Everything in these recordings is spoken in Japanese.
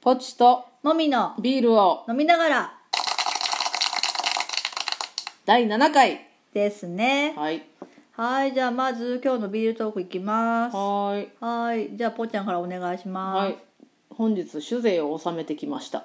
ポチともみのビールを飲みながら第7回ですね。はいはい、じゃあまず今日のビールトークいきます。ははーいい、じゃあぽっちゃんからお願いします。はい本日酒税を納めてきましたっ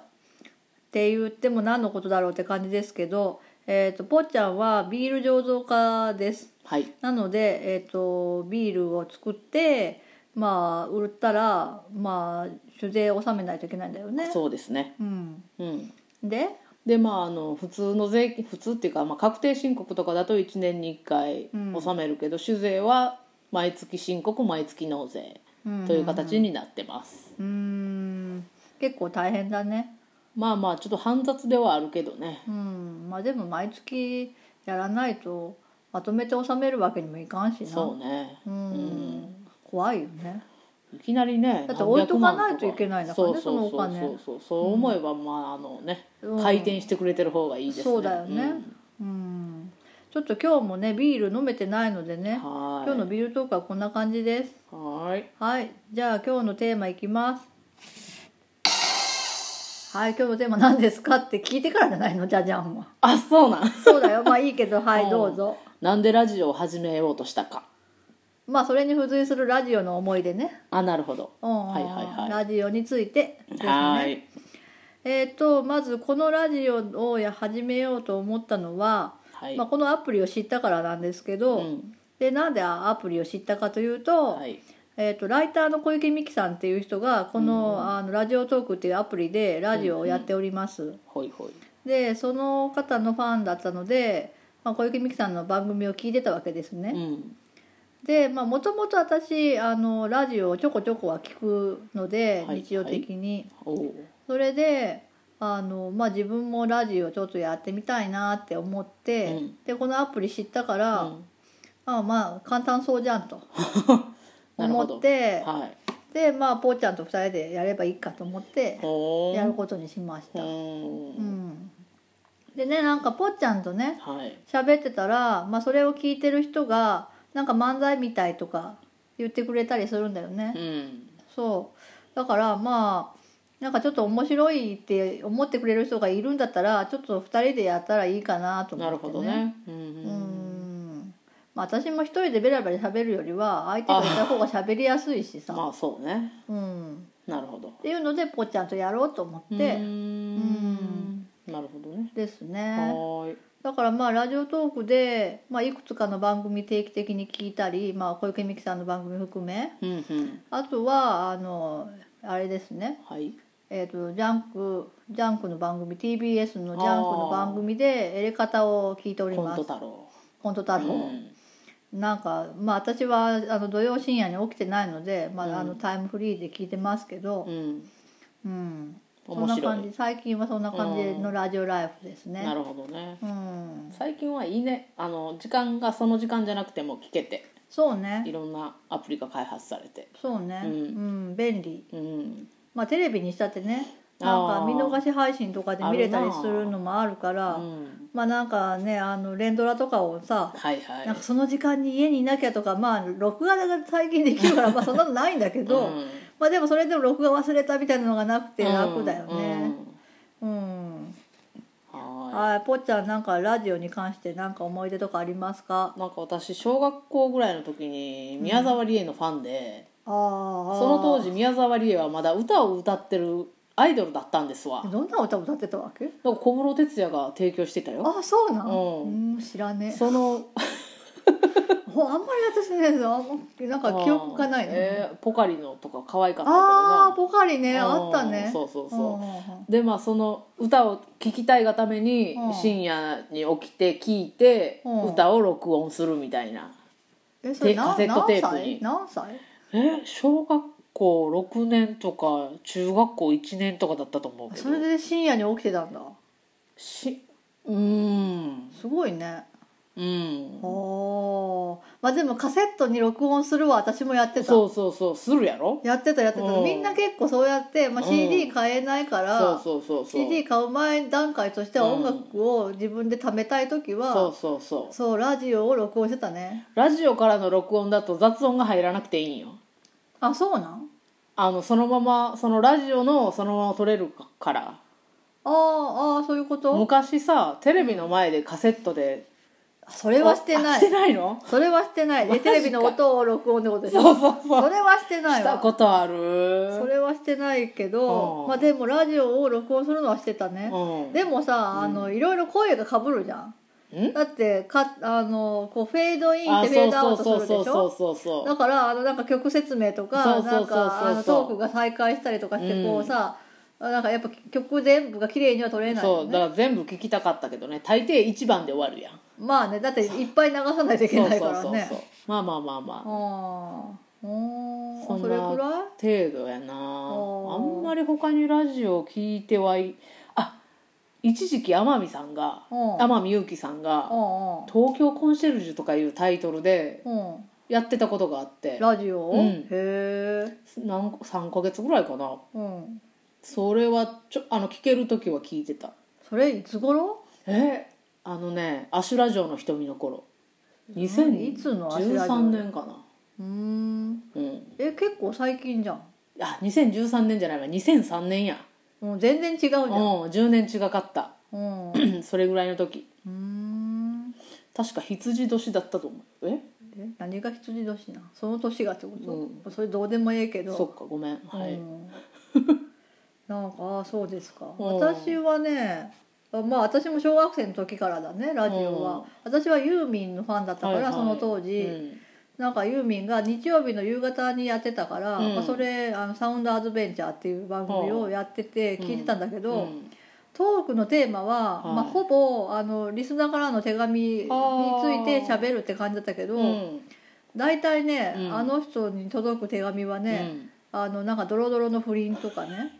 て言っても何のことだろうって感じですけど、えっ、とぽっちゃんはビール醸造家です。はいなので、えっ、とビールを作って、まあ売ったらまあ酒税納めないといけないんだよね。そうですねうん。うんで、でまああの普通の税金普通っていうか、まあ、確定申告とかだと1年に1回うん納めるけど、酒税は毎月申告毎月納税うんという形になってます、うーん、結構大変だね。まあまあちょっと煩雑ではあるけどねうん、まあでも毎月やらないとまとめて納めるわけにもいかんしなそうねうん、うん怖いよねいきなりねだって置いとかないといけないんだからね何百万とかそのお金そうそうそうそうそう思えば、まああのねうん回転してくれてる方がいいですねそうだよねんうんちょっと今日もねビール飲めてないのでねはーい今日のビールトークはこんな感じですはーいはいじゃあ今日のテーマいきますはい今日のテーマ何ですかって聞いてからじゃないのじゃじゃ んはあそうなんそうだよまあいいけどはういんどうぞなんでラジオを始めようとしたかまあそれに付随するラジオの思い出ねあなるほどうんうんうんはいはいはいラジオについてですねはーいえー、とまずこのラジオをや始めようと思ったのは、はい、まあ、このアプリを知ったからなんですけうど、んでなんであアプリを知ったかというと,、はいえー、とライターの小池美樹さんっていう人がこの,、あのラジオトークっていうアプリでラジオをやっております、ほいほいでその方のファンだったので、まあ、小池美樹さんの番組を聞いてたわけですね、うんでまあもともと私あのラジオをちょこちょこは聞くので、はい日常的に。おうそれであの、まあ、自分もラジオちょっとやってみたいなって思って、うんでこのアプリ知ったから、うんあまあ簡単そうじゃんとなるほど思ってはいでまあぽーちゃんと2人でやればいいかと思ってほーやることにしました、ううんーんでねなんかぽーちゃんとねはい喋ってたら、まあ、それを聞いてる人がなんか漫才みたいとか言ってくれたりするんだよね、うんそうだからまあなんかちょっと面白いって思ってくれる人がいるんだったらちょっと2人でやったらいいかなと思なって、ね、るほどねうんううんんまあ私も一人でベラベラ喋るよりは相手がいた方が喋りやすいしさ、まあそうねうん、なるほどっていうのでぽっちゃんとやろうと思っうーてんなるほどねですねはーいだからまあラジオトークで、まあ、いくつかの番組定期的に聞いたり、まあ、小池美樹さんの番組含めうんうんあとはあのあれですねはいえー、とジャンクジャンクの番組 TBS のジャンクの番組でエレカタを聞いておりコンまトす太郎コント太郎、うんなんかまあ私はあの土曜深夜に起きてないので、まうんあ、あのタイムフリーで聞いてますけどうんうん、そん面な感白いじ最近はそんな感じのラジオライフですなねるほどねうん最近はいいねあの時間がその時間じゃなくても聞けてそういねろんなアプリが開発されてそうねううんん、便利うんまあテレビにしたってねなんあかー見逃し配信とかで見れたりするのもあるからうんまあなんかねあの連ドラとかをさはいはいなんかその時間に家にいなきゃとかまあ録画が最近できるからまあそんなのないんだけど、 うんまあでもそれでも録画忘れたみたいなのがなくて楽だよねうん、うんははいぽっちゃんなんかラジオに関してなんか思い出とかありますかいなんか私小学校ぐらいの時に宮沢りえのファンで、あーその当時宮沢りえはまだ歌を歌ってるアイドルだったんですわ、どんな歌歌ってたわけなんか小室哲哉が提供してたよあそうなんうんうん知らね えそのほあんまり私ねあんまなんか記憶がないね、えーポカリのとか可愛かったけどああなポカリねうんあったねそうそうそううでまあその歌を聴きたいがためにうん深夜に起きて聴いてうん歌を録音するみたいな、んえそれでカなセットテープに何歳何え歳小学校6年とか中学校1年とかだったと思うけどそれで深夜に起きてたんだしうーんすごいねうんおーまあでもカセットに録音するは私もやってたそうそうそうするやろやってたやってたうんみんな結構そうやって、まあ、うん CD 買えないから、そうそうそうそう CD 買う前段階としては音楽を自分で貯めたい時は、そうそうそうそうラジオを録音してたねラジオからの録音だと雑音が入らなくていいんよあそうなんあのそのままそのラジオのそのまま撮れるからあーあーそういうこと昔さテレビの前でカセットでそれはしてあなしていないのそれはしてないマでジかテレビの音を録音ってことでしそょうそうそうそれはしてないしたわことあるそれはしてないけうどんまあでもラジオを録音するのはしてたねうんでもさあのいろいろ声がかぶるじゃんんだってかあのこうフェードインっあてフそェうードアそウうトそうするそでうしそうょそうそうだからあのなんか曲説明とそうかそなうんそうそうそうかあのトークが再開したりとかしてうこんうさなんかやっぱ曲全部が綺麗には取れないそようだかねら全部聞きたかったけどね大抵1番で終わるやんまあねだっていっぱい流さないといけそうなそいうかそうらそうねまあまあまあまあああうんそんなそれくらい程度やなーあんまり他にラジオ聞いてはいあ一時期天海さんがうん天海祐希さんが「う東京コンシェルジュ」とかいうタイトルでんうんうんやってたことがあってラジオ、うんへえなん3ヶ月ぐらいかなうんそれはちょあの聞ける時は聞いてたそれいつ頃えあのね「アシュラ城の瞳」の頃いつのアシュラ2013城年かなうーんうんえ結構最近じゃんあ2013年じゃないわ2003年やもう全然違うじゃうんん10年違かったうんううんそれぐらいの時ーん確か羊年だったと思うええ何が羊年なその年がってこと、うそれどうでもええけどそっかごめんはい、うん なんかああそうですか、うん私はねあまあ私も小学生の時からだねラジオは、私はユーミンのファンだったから、はいはいその当時、うんなんかユーミンが日曜日の夕方にやってたから、うんまあ、それあの「サウンドアドベンチャー」っていう番組をやっててうん聞いてたんだけど、うんトークのテーマは、はいまあ、ほぼあのリスナーからの手紙について喋るって感じだったけど、うん大体ね、うんあの人に届く手紙はね、あのなんかドロドロの不倫とかね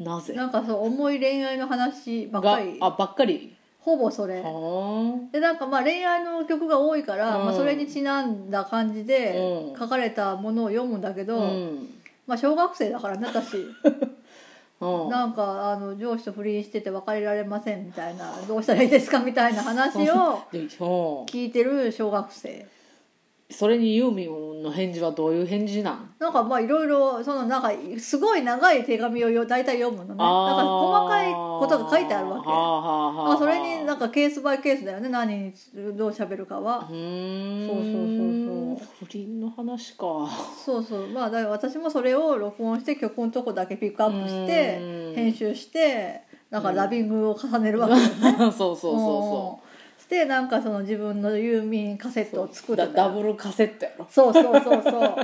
うんなぜなんかそう重い恋愛の話ばっかがりあばっかりほぼそれ。はでなんかまあ恋愛の曲が多いから、うんまあ、それにちなんだ感じでうん書かれたものを読むんだけあど、うんまあ小学生だからね私うんなんかあの上司と不倫してて別れられませんみたいなどうしたらいいですかみたいな話 をでうん聞いてる小学生それにユーミンの返事はどういう返事なんなんかまあいろいろそのなんかすごい長い手紙をよ大体読むのねだから細かいことが書いてあるわけああそれになんかかケースバイケースだよね何にどう喋るかはうーんそうそうそう不倫の話かそうそうまあだから私もそれを録音して曲のとこだけピックアップしてうん編集してなんかラビングを重ねるわけ そうそうそうそうんしてなんかその自分のユーミンカセットを作うるだとかダブルカセットやろそうそうそうそう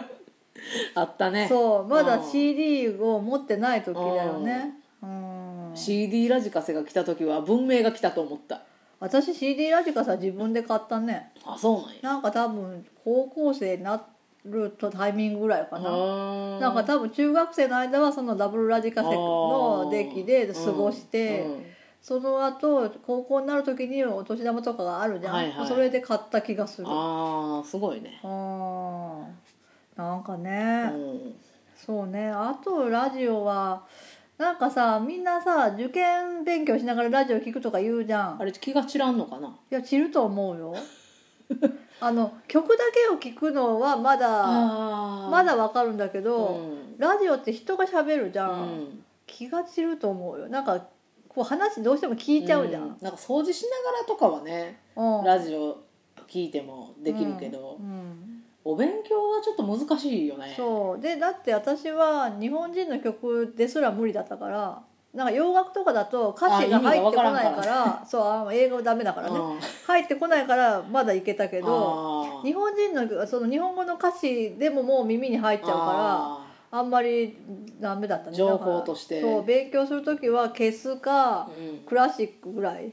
あったねそうまうだん CD を持ってない時だよねうん CD ラジカセが来た時は文明が来たと思った私 CD ラジカさ自分で買ったねあそうなんやなんか多分高校生になるとタイミングぐらいかなななんか多分中学生の間はそのダブルラジカセのデッキで過ごして、その後高校になる時にお年玉とかがあるじゃん、はいはいそれで買った気がするあああすごいね、ーなんかね、うん、そうねあとラジオはなんかさみんなさ受験勉強しながらラジオ聞くとか言うじゃんあれ気が散らんのかないや散ると思 うよあの曲だけを聞くのはまだあまだわかるんだけうど、んラジオって人が喋るじゃ、うんん気が散ると思うよなんかこう話どうしても聞いちゃうじゃん、んなんか掃除しながらとかはねうんラジオ聞いてもできるけど、うんうんお勉強はちょっと難しいよねそうでだって私は日本人の曲ですら無理だったからなんか洋楽とかだと歌詞が入ってこあない意味がからわそうあ英語ダメだからね、入ってこないからまだいけたけけど日本人のその日本語の歌詞でももう耳に入っちゃうからあんまりダメだったね情報としてだからそう勉強する時は消すか、うんクラシックぐらい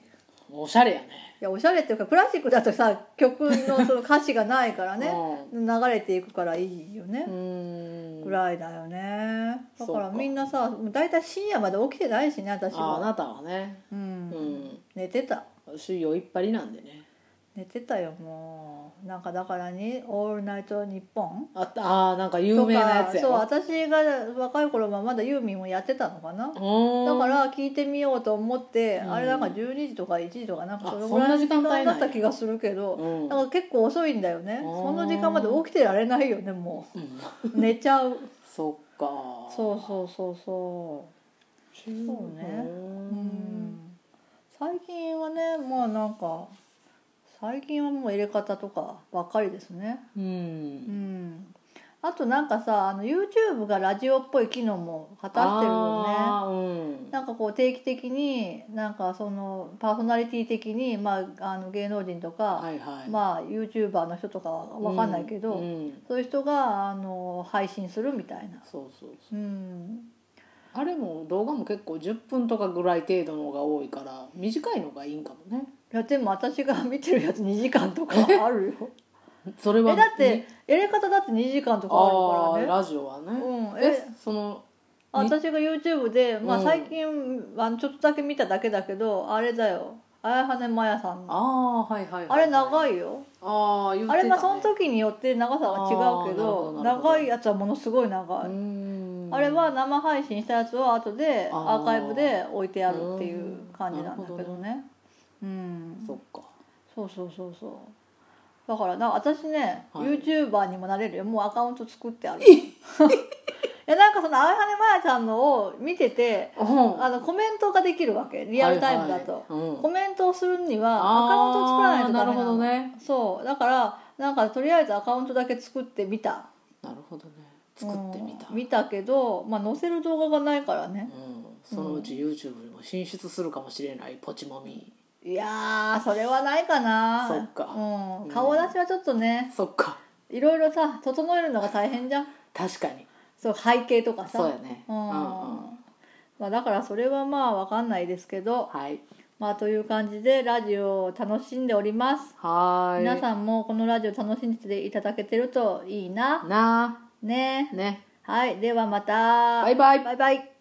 おしゃれやねいやおしゃれっていうかクラシックだとさ曲のその歌詞がないからね 流れていくからいいよねう、んぐらいだよねだかそらうかみんなさもう大体深夜まで起きてないしね私ああはなたはねうん、うん寝てた私酔いっぱりなんでね寝てたよもうなんかだからに「オールナイトニッポンあったあーなんか」有名なやつやそうろ私が若い頃はまだユーミンもやってたのかなうだんから聞いてみようと思って、うんあれなんか12時とか1時とかなんかあそのぐらいの時そんな時間帯なん間やだった気がするけど、うんなんか結構遅いんだよねあー その時間まで起きてられないよねもうんう寝ちゃうそっかあそうそうそうそううそううねうん最近はねまあなんか最近はもう入れ方とかばっかりですねううんんあとなんかさあの YouTube がラジオっぽい機能も果たしてるよねあーうんなんかこう定期的になんかそのパーソナリティ的に、まあ、あの芸能人とか、はいはいまあ YouTuber の人とかは分かんないけど、うんうんそういう人があの配信するみたいなそうそうそううんあれも動画も結構10分とかぐらい程度のが多いから短いのがいいんかもねいやでも私が見てるやつ2時間とかある よそれはえだってやり方だって2時間とあかああーるからねラジオはね、うんええそのあ私が YouTube で、うまあ、ん最近、あのちょっとだけ見ただけだけどあれだよ綾羽真也さんのああーはいはいはい、あれ長いいよああ言ってた、あね、れまあその時によって長さが違うけあーどなるほどなるほど長いやつはものすごい長い、うんあれは生配信したやつは後であーアーカイブで置いてあるっていう感じなんだけどねうんなるほどうんそっかそうそうそうそうだからな私ね、はい YouTuber にもなれるよもうアカウント作って あるいやなんかそのあやはねまやちゃんのを見ててうんあのコメントができるわけリアルタイムだと、はいはいうんコメントをするにはアカウントを作らないとダメなのあーなるほどねそうだからなんかとりあえずアカウントだけ作ってみたなるほどね作ってみた、ううんん見たけど、まあ、載せる動画がないからねそのうち YouTube にも進出するかもしれないポチモミいやーそれはないかなそっかうん、顔出しはちょっとねそっかいろいろさ整えるのが大変じゃん確かにそう背景とかさそうやねうんうんうんまあ、だからそれはまあわかんないですけど、はいまあ、という感じでラジオを楽しんでおります、はーい皆さんもこのラジオ楽しんでいただけてるといいななねあねはいではまたバイバイバイバイ